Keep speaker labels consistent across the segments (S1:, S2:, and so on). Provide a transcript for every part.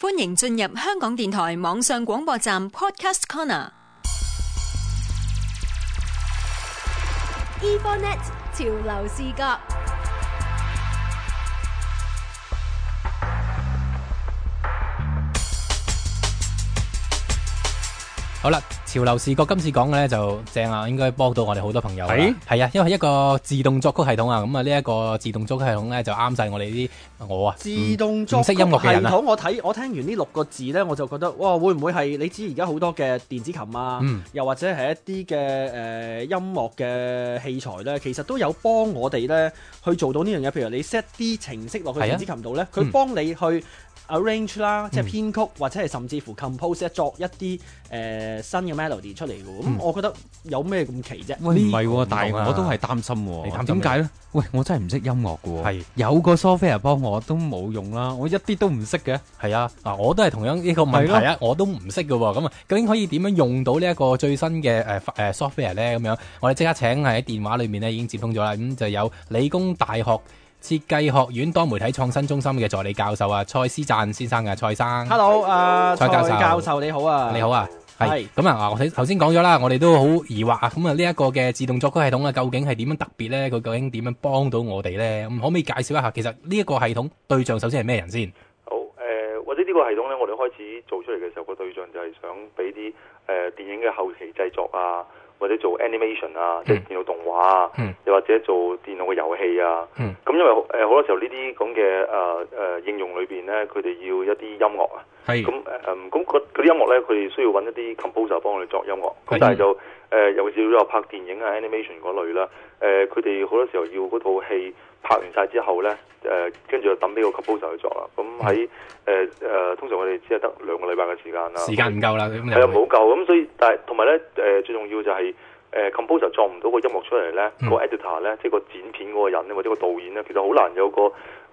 S1: 歡迎進入香港電台網上廣播站 Podcast Corner。
S2: Evonet 潮流視覺，
S3: 好啦，潮流視覺今次講嘅咧就正啊，應該幫到我哋好多朋友啦
S4: 係
S3: 係啊，因為一個自動作曲系統啊，咁啊呢一個自動作曲系統咧就啱晒我哋呢啲我啊，
S4: 自動
S3: 唔
S4: 作
S3: 識
S4: 曲
S3: 音
S4: 系
S3: 樂嘅人啊
S4: 統，我睇我聽完呢六個字呢，我就覺得哇，會唔會係你知而家好多嘅電子琴啊，
S3: 嗯
S4: 又或者係一啲嘅誒音樂嘅呃器材呢，其實都有幫我哋呢去做到呢樣嘢。譬如你 set 啲程式落去
S3: 係啊
S4: 電子琴度呢，佢
S3: 嗯
S4: 幫你去 arrange 啦，即係
S3: 嗯
S4: 編曲或者係甚至乎 compose 作一啲誒、呃新嘅 melody 出嚟嘅喎。咁、
S3: 嗯
S4: 我覺得有咩咁奇啫？
S5: 喂，
S3: 呢
S5: 唔係
S3: 個唔
S5: 喎，但
S3: 同啊
S5: 係我都係擔心喎。
S3: 你擔心
S5: 點解咧？喂，我真係唔識音樂嘅喎。
S3: 係
S5: 有個 software 幫我都冇用啦，我一啲都唔識嘅。
S3: 係啊，嗱我都係同樣呢個問題啊，我都唔識嘅喎，咁啊究竟可以點樣用到呢一個最新嘅誒誒 software 咧？咁樣我哋即刻請喺電話裏面咧已經接通咗啦，咁就有理工大學設計學院多媒體創新中心嘅助理教授啊蔡思贊先生嘅蔡生。
S4: Hello，啊、
S3: 蔡
S4: 蔡
S3: 教授
S4: 教授你好啊，
S3: 你好啊，係
S4: 係
S3: 咁啊！我頭頭先講咗啦，我哋都好疑惑啊。咁啊，呢一個嘅自動作曲系統啊，究竟係點樣特別咧？佢究竟點樣幫到我哋咧？咁可唔可以介紹一下？其實呢一個系統對象首先係咩人先？
S6: 好誒、呃或者呢個系統呢，我哋開始做出嚟嘅時候，個對象就係想俾啲誒電影嘅後期製作啊，或者做 animation 啊，即係電腦動畫啊，
S3: 嗯
S6: 又或者做電腦嘅遊戲啊。咁、
S3: 嗯
S6: 因為誒好、多時候呢啲咁嘅誒誒應用裏邊呢，佢哋要一啲音樂啊。
S5: 係
S6: 咁誒嗯咁嗰嗰啲音樂咧，佢哋需要揾一啲 composer 幫佢哋作音樂。
S3: 係
S6: 咁但係就誒、呃尤其是要拍電影啊、animation 嗰類啦。誒，佢哋好多時候要嗰套戲拍完晒之後咧，誒跟住就抌俾個 composer 去作啦。咁喺誒誒，通常我哋只係得兩個禮拜嘅時間啦。
S3: 時間唔夠啦，咁你
S6: 係啊，冇夠咁，所以但係同埋咧，誒、最重要就係、誒、composer 作唔到個音樂出嚟咧，
S3: 嗯
S6: 個 editor 咧，即係個剪片嗰個人咧，或者個導演咧，其實好難有個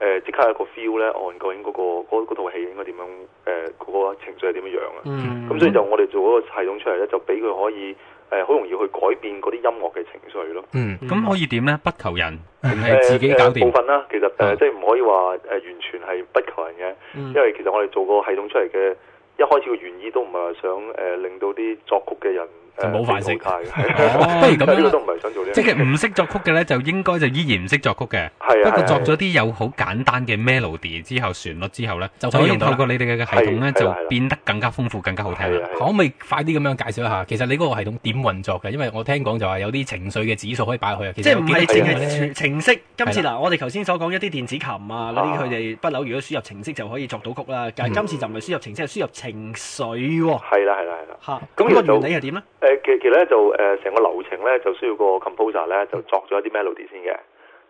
S6: 誒即、刻有個 feel 咧，按究竟嗰個嗰嗰套戲應該點樣誒嗰、個情緒係點樣樣啊？
S4: 嗯
S6: 咁、所以就我哋做嗰個系統出嚟咧，就俾佢可以誒好、容易去改變嗰啲音樂嘅情緒咯。
S3: 嗯
S5: 咁可以點咧？不求人，定
S6: 誒
S5: 係自己搞
S6: 誒部
S5: 掂？
S6: 分啦，其實誒、
S5: 啊
S6: 即係唔可以話誒、完全係不求人嘅。
S4: 嗯
S6: 因為其實我哋做個系統出嚟嘅，一開始嘅原意都唔係話想誒、呃令到啲作曲嘅人誒
S3: 就冇飯食
S6: 被淘汰嘅，
S3: 哦不如咁樣啦
S6: 呢個都唔係想做呢樣
S5: 啊即
S6: 嘢。
S5: 係唔識作曲嘅咧，就應該就依然唔識作曲嘅。
S6: 係
S5: 不
S6: 啊，
S5: 過作
S6: 係啊
S5: 咗啲有好簡單嘅 melody 之後，旋律之後咧，
S3: 就
S5: 就
S3: 可
S5: 可
S3: 以
S5: 以
S3: 用到啦
S5: 透過你哋嘅系統咧，
S6: 係係
S5: 就
S6: 啦係啦
S5: 變得更加豐富、更加好聽
S6: 係
S5: 啦
S6: 啊。
S3: 可唔可以快啲咁樣介紹一下？其實你嗰個系統點運作嘅？因為我聽講就話有啲情緒嘅指數可以擺落去啊。其
S4: 即
S3: 實
S4: 係
S3: 有
S4: 唔
S3: 幾多
S4: 係
S3: 種
S4: 淨
S3: 嘅
S4: 係
S3: 咧
S4: 程程式？今次嗱，我哋頭先所講一啲電子琴啊，嗰啲佢哋不嬲，如果輸入程式就可以作到曲啦。
S3: 嗯
S4: 但係今次就唔係輸入程式，係輸入情緒喎。
S6: 係啦，係啦，係啦。
S4: 嚇，
S6: 咁
S4: 咁個
S6: 就
S4: 原理係點咧？
S6: 誒，其其咧就誒成個流程咧，就需要個 composer 咧就作咗一啲 melody 先嘅。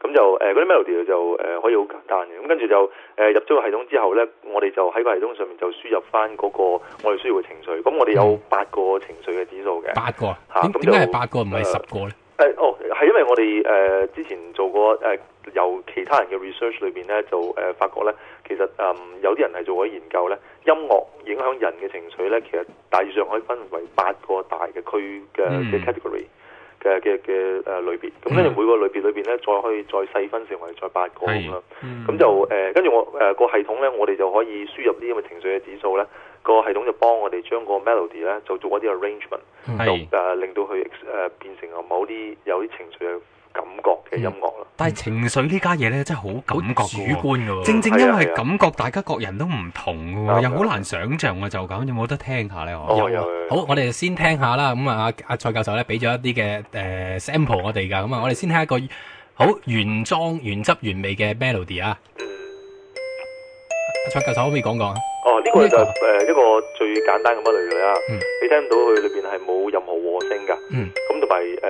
S6: 咁就誒嗰啲 melody 就誒、可以好簡單嘅。咁跟住就誒、入咗個系統之後咧，我哋就喺個系統上面就輸入翻嗰個我哋需要嘅情緒。咁我哋有八個情緒嘅指數嘅。
S3: 八個啊？
S6: 嚇
S3: 點
S6: 咁
S3: 點解係
S6: 就
S3: 八個唔係
S6: 誒
S3: 十個咧？
S6: 誒、哦，係因為我哋誒、呃之前做過誒、呃由其他人嘅 research 裏邊咧，就誒、呃、發覺咧，其實誒、嗯有啲人係做過研究咧，音樂影響人嘅情緒咧，其實大致上可以分為八個大嘅區嘅
S5: 嗯
S6: 嘅 category 嘅嘅嘅誒呃類別。咁跟住每個類別裏邊咧，再可以再細分成為再八個
S5: 係嗯
S6: 咁啦。咁就誒，跟住我誒個系統咧，我哋就可以輸入呢啲咁嘅情緒嘅指數咧，個系統就幫我哋將個 melody 咧就做一啲 arrangement。就
S5: 係
S6: 誒、，令到佢誒、呃、變成某啲有啲情緒嘅感覺嘅音樂啦。
S5: 但係嗯情緒呢家嘢咧，真係好
S3: 好
S5: 感覺
S3: 主
S5: 嘅喎。
S3: 觀嘅喎。
S5: 正正
S6: 係啊
S5: 因為
S6: 係啊
S5: 感覺大家各人都唔同嘅喎，
S6: 啱啊
S5: 又好難想像嘅就咁，有冇得聽下咧？我
S6: 哦，
S3: 有
S6: 有
S3: 啊
S6: 有
S3: 好，我哋先聽下啦。咁啊，阿阿蔡教授咧俾咗一啲嘅誒 sample 我哋㗎。咁啊，我哋先聽一個好原裝、原汁原味嘅 melody 啊。蔡教授可唔可以講講啊？
S6: 哦，呢、個就誒、呃一個最簡單嘅乜類啦。
S3: 嗯
S6: 你聽到佢裏邊係冇任何和聲㗎。
S3: 嗯
S6: 咁同埋誒誒，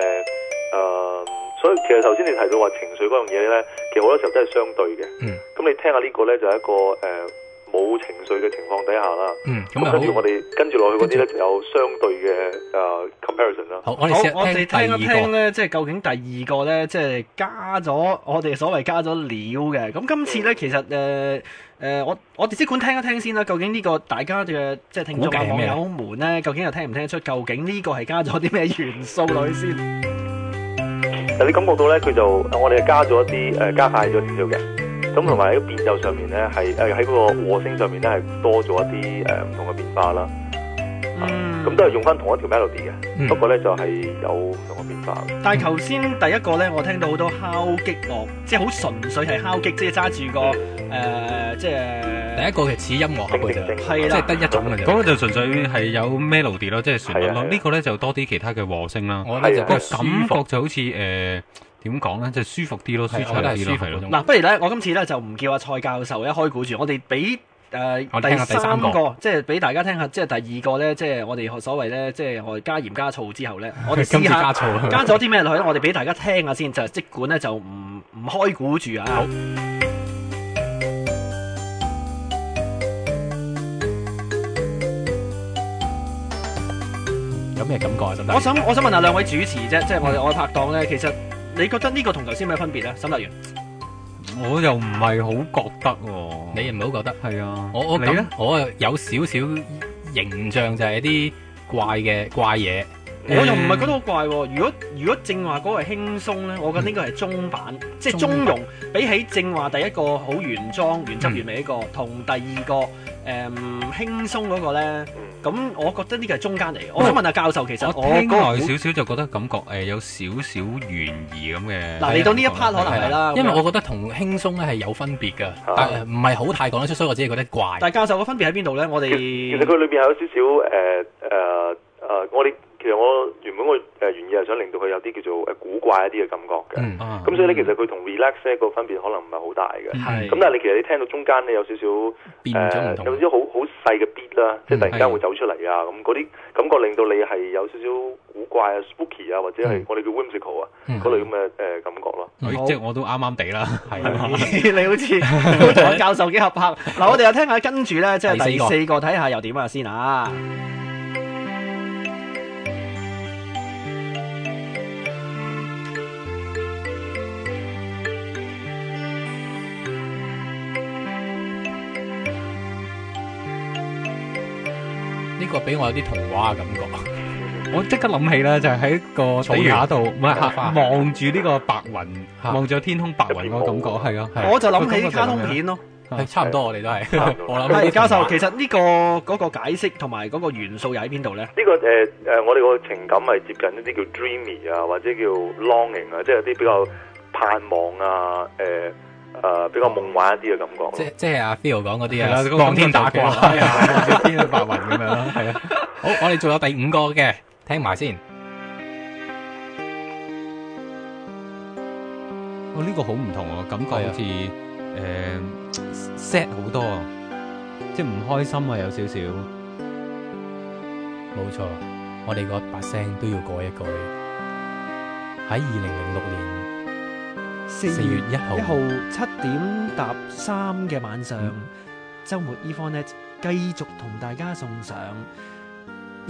S6: 所以其實頭先你提到話情緒嗰樣嘢咧，其實好多時候真係相對嘅。
S3: 嗯
S6: 咁你聽下呢個咧，就係、一個誒冇、情緒嘅情況底下啦。
S3: 嗯，咁
S6: 咁跟住我
S3: 啊
S6: 哋跟住落去嗰啲咧，就有相對嘅誒、呃 comparison 啦。
S3: 好，好，我哋
S4: 好，我
S3: 先
S4: 哋
S3: 聽
S4: 聽
S3: 第
S4: 一
S3: 二
S4: 聽
S3: 個。
S4: 咧，即係究竟第二個咧，即係加咗我哋所謂加咗料嘅。咁今次咧，其實誒誒，我我哋即管聽一聽先啦。究竟呢個大家嘅即係聽眾
S3: 估計
S4: 啊
S3: 係
S4: 網
S3: 咩
S4: 友們咧，究竟又聽唔聽得出？究竟呢個係加咗啲咩元素落去先？
S6: 呃但你感覺到咧，佢就我哋係加咗一啲誒、呃加快咗少少嘅，咁同埋喺變奏上面咧係誒喺嗰個和聲上面咧係多咗一啲誒唔同嘅變化啦。
S4: 嗯，
S6: 咁都係用翻同一條 melody 嘅，
S3: 嗯哦
S6: 不過咧就係、有唔同嘅變化。
S4: 但係頭先第一個咧，我聽到好多敲擊樂，即係好純粹係敲擊，即係揸住個誒、呃即
S3: 第一
S4: 係
S3: 個係似音樂盒嘅啫，
S4: 係
S3: 即
S4: 啦
S3: 係得一種嘅啫。
S7: 嗰個就純粹係有 melody 咯，即係旋律
S6: 係啊
S7: 咯。
S6: 係啊
S7: 呢個咧就多啲其他嘅和聲啦。
S3: 我覺得就
S7: 個
S3: 比較
S6: 係
S3: 啊
S6: 啊
S3: 舒
S7: 感覺
S3: 服，
S7: 就好似誒點講咧，就舒服啲咯，舒
S3: 係
S7: 暢
S3: 我覺得係
S7: 啲
S3: 舒
S7: 咯，
S3: 服
S7: 係
S3: 嗰
S7: 咯
S3: 種。
S4: 嗱，不如咧，我今次咧就唔叫阿蔡教授一開估住，我哋俾誒
S3: 我哋聽下第三個
S4: 個，即係俾大家聽下，即係第二個咧，即係我哋所謂咧，即係我哋加鹽加醋之 後咧，我哋
S3: 今
S4: 試
S3: 次
S4: 下
S3: 加醋啦。
S4: 加咗啲咩落去咧，我哋俾大家聽下先，就即管咧就唔唔開估住啊。好，
S3: 有咩感覺啊？沈大
S4: 我想我想問下兩位主持啫，即係我哋我嘅拍檔咧，其實你覺得呢個同頭先有咩分別咧？沈立源，
S7: 我又唔係好覺得喎。
S3: 你唔好覺得，
S7: 係啊，
S3: 我我
S7: 你咧
S3: 感？我啊有少少形象就係啲怪嘅怪嘢，
S6: 嗯
S4: 我
S3: 嗯
S4: 又唔係覺得好怪喎。如果如果正話嗰個係輕鬆咧，我覺得呢個係中版，即係
S3: 中
S4: 中庸，比起正話第一個好原裝原汁原味呢個，同第二個誒、輕鬆嗰個咧，
S6: 嗯，
S4: 咁我覺得呢個係中間嚟嘅。我想問下教授，其實
S7: 我
S4: 我
S7: 聽
S4: 嗰
S7: 耐
S4: 個
S7: 少少就覺得感覺誒有少少懸疑咁嘅。
S4: 嗱嚟到呢一 part 可能
S7: 啊
S4: 係
S3: 係啊
S4: 啦，
S3: 因為
S4: 咁樣
S3: 我覺得同輕鬆咧係有分別㗎，
S6: 啊
S3: 但係唔係好太講得出，所以我只係覺得怪。
S4: 但係教授個分別喺邊度咧？我
S6: 其
S4: 哋
S6: 實佢裏邊係有少少誒誒誒，我哋其實我原本我誒、呃原意係想令到佢有啲叫做誒呃古怪一啲嘅感覺嘅。
S3: 嗯，
S7: 啊
S6: 咁所以咧，其實佢同 relax 咧個分別可能唔係好大嘅。
S3: 嗯
S4: 係
S6: 咁但係你其實你聽到中間咧有少少誒、
S3: 變咗
S6: 呃
S3: 唔同
S6: 有。少少好好細嘅 beat 啦，即係突然間
S7: 嗯
S6: 會走出嚟啊，咁嗰啲感覺令到你係有少少古怪啊、spooky 啊，或者係
S3: 嗯
S6: 我哋叫 whimsical 啊
S3: 嗯
S6: 嗰類咁嘅誒感覺咯。
S7: 哎
S4: 好
S7: 即係我都啱啱地啦。係啊
S4: 你好似都同阿教授幾合拍。嗱，我哋又聽下跟住咧，即係第
S3: 第四個
S4: 四個睇下又點啊先啊。
S3: 呢個俾我有啲童話嘅感覺。
S7: 我即刻諗起咧，就係喺個地下度，唔係
S3: 草原
S7: 啊望住呢個白雲，
S3: 嚇
S7: 望住天空白雲嗰個感覺，係啊，
S3: 係
S4: 我就諗起卡通片咯。
S3: 係差唔多，我哋都
S6: 差唔
S3: 係。
S6: 多
S3: 我諗
S4: 係
S3: 呢個
S4: 教授，
S3: 童話
S4: 其實呢、個嗰、個解釋同埋嗰個元素又喺邊度咧？
S6: 呢、個誒誒、呃我哋個情感係接近一啲叫 dreamy 啊，或者叫 longing 啊，即係有啲比較盼望啊，誒、誒、比較夢幻一啲嘅感覺咯。
S3: 即即係阿 Phil 講嗰啲
S7: 係啦
S3: 啊，望天打卦。
S7: 係啊望住天空白雲咁樣啦，係啊。
S3: 好，我哋仲有第五個嘅，聽埋先。
S7: 我呢個好唔同喎，感覺
S3: 係啊
S7: 好啊似誒 sad 好多啊，即係唔開心啊，有少少。
S3: 冇錯，我哋個把聲都要改一改。喺二零零六年
S4: 四
S3: 四月一號
S4: 一，號七點踏三嘅晚上，
S3: 嗯
S4: 周末 e f o n e t 繼續同大家送 上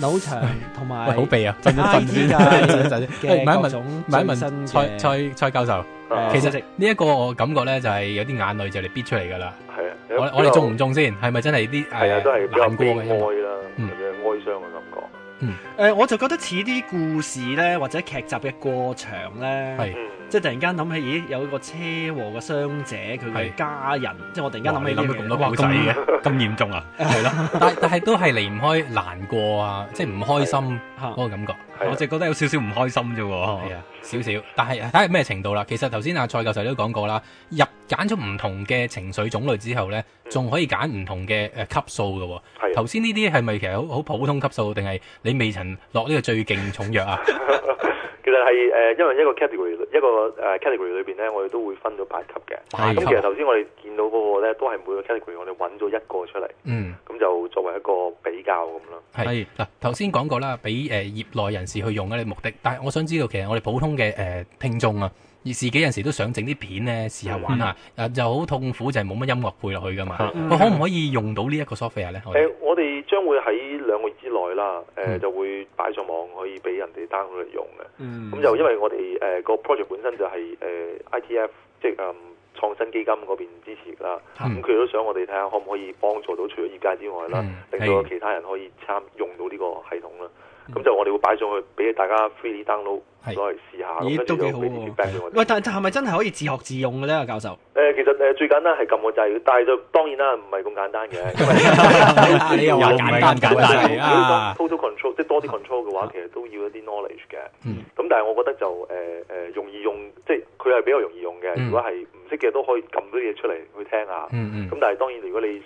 S4: 腦場同埋
S3: 喂，好避啊！震一震
S4: IT
S3: 先，
S4: 界
S3: 震一 震先。誒問一
S4: 嘅各
S3: 問，
S4: 種
S3: 問一
S4: 最
S3: 問
S4: 新
S3: 蔡
S4: 嘅
S3: 蔡蔡教授，
S6: 啊
S4: 誒
S3: 其
S4: 消
S3: 實
S4: 息
S3: 呢一個我感覺咧就係有啲眼淚就嚟逼出嚟㗎啦。
S6: 係啊，
S3: 我我哋中唔中先？係咪真係啲
S6: 係啊，都係
S3: 誒
S6: 比較
S3: 難過
S6: 悲
S3: 嘅音樂？
S6: 哀啦，
S3: 嗯
S6: 咁樣啊哀傷嘅感覺。
S4: 誒、我就覺得似啲故事咧或者劇集嘅過場咧。
S3: 係
S6: 嗯，
S4: 即係突然間諗起，咦有一個車禍嘅傷者，佢嘅
S3: 係
S4: 家人，即係我突然間
S3: 哇
S4: 諗
S3: 你
S4: 起呢
S3: 諗
S4: 樣
S3: 到
S4: 嘢
S3: 咁多古仔嘅。
S7: 咁嚴重 啊？
S3: 係 咯，但但係都係離唔開難過啊，即係唔開心
S4: 嚇
S3: 嗰個感覺，
S6: 係啊哦
S7: 我就覺得有少少唔開心啫喎
S3: 係。啊，少少。但係睇下咩程度啦。其實頭先阿蔡教授都講過啦，入揀咗唔同嘅情緒種類之後咧，仲可以揀唔同嘅誒級數嘅喎。
S6: 係啊
S3: 頭先呢啲係咪其實好好普通級數，定係你未曾落呢個最勁重藥啊？
S6: 其實係誒、呃因為一個 category 一個誒、category 裏邊咧，我哋都會分咗八級嘅。
S3: 八
S6: 咁
S3: 級啊
S6: 其實頭先我哋見到嗰個咧，都係每個 category 我哋揾咗一個出嚟，
S3: 嗯，
S6: 咁就作為一個比較咁咯。
S3: 係
S7: 係
S3: 嗱，頭先講過啦，俾誒業內人士去用嘅目的，但係我想知道其實我哋普通嘅誒、呃、聽眾啊，而自己有陣時都想整啲片咧試下玩下，啊就好痛苦就係冇乜音樂配落去㗎嘛，
S6: 嗯
S3: 我可唔可以用到呢一個 software 咧？我
S6: 誒、
S3: 哋
S6: 我哋將會喺兩個月之內啦，誒、
S3: 哦
S6: 呃
S3: 嗯
S6: 就會擺上網可以俾人哋 download 嚟用嘅。
S4: 嗯
S6: 呃咁就因為我哋誒、個 project 本身就係、誒、ITF，即係誒、嗯創新基金嗰邊支持啦。咁
S3: 嗯
S6: 佢都想我哋睇下可唔可以幫助到除咗業界之外啦，
S3: 嗯
S6: 令到
S7: 係
S6: 其他人可以參用到呢個系統啦。
S4: 嗯
S6: 咁就我哋會擺上去俾大家 free download
S3: 係
S6: 攞嚟試下，
S4: 咦
S6: 咁跟住
S4: 都幾
S6: 就
S4: 好
S6: 俾啲
S4: 喎
S6: feedback 俾我哋。
S4: 喂，但係係咪真係可以自學自用嘅咧，教授？
S6: 誒、其實誒、呃最簡單係撳個掣，但係就當然啦，唔係咁簡單嘅，因為
S4: 啊
S3: 你又話簡單簡單啊？
S6: total control 即係多啲 control 嘅話，其實都要一啲 knowledge 嘅。
S3: 嗯
S6: 咁但係我覺得就誒誒、容易用，即係佢係比較容易用嘅。
S3: 嗯
S6: 如果係唔識嘅都可以撳到啲嘢出嚟去聽下。咁、
S3: 嗯嗯
S6: 但係當然，如果你誒、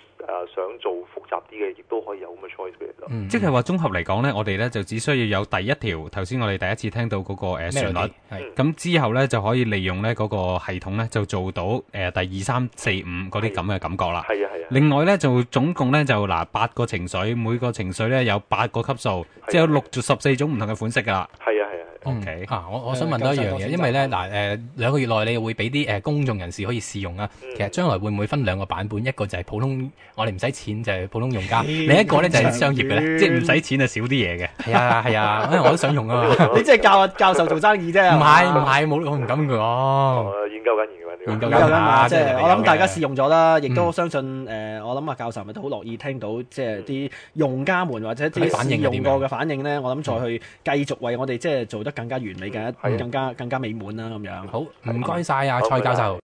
S6: 想做複雜啲嘅，亦都可以有咁嘅 choice 俾你咯。
S3: 嗯，
S7: 即係話綜合嚟講呢，我哋呢就只需要有第一條，頭先我哋第一次聽到嗰、個、呃、旋律，
S3: 係
S7: 咁之後呢，就可以利用呢嗰個系統呢，就做到誒、呃第二三四五嗰啲咁嘅感覺啦。
S6: 係啊係啊，
S7: 另外呢，就總共呢，就嗱八個情緒，每個情緒呢有八個級數，即係有六至十四種唔同嘅款式㗎啦。
S6: 係啊係啊。
S3: 嗯
S7: OK
S3: 啊，我我想問多一樣嘢，因為咧嗱誒兩個月內你會俾啲誒公眾人士可以試用啊。
S6: 嗯
S3: 其實將來會唔會分兩個版本？一個就係普通，我哋唔使錢就係普通用家；另一個咧就係商業嘅咧。
S7: 即係唔使錢就少啲嘢嘅。
S3: 係啊係啊，因為我都想用啊嘛。
S4: 你真係教教授做生意啫？
S3: 唔係唔
S4: 係嘛
S3: 係冇，我唔敢講。
S6: 誒研究緊研究緊呢個
S3: 哦研究
S4: 咁
S3: 緊
S4: 有啦，
S3: 啊
S4: 即係
S3: 即係
S4: 我諗大家
S3: 有嘅嗯
S4: 試用咗啦，亦都相信誒，我諗啊教授咪都好樂意聽到即係啲用家們或者啲
S3: 佢反應
S4: 試
S3: 係
S4: 用
S3: 點啊嗯
S4: 過
S3: 樣
S4: 嘅反應咧，我諗再去繼續為我哋即係做得更加完美嘅，
S6: 係啊
S4: 更加更加美滿啦咁樣。
S3: 好，唔該晒啊，蔡教授。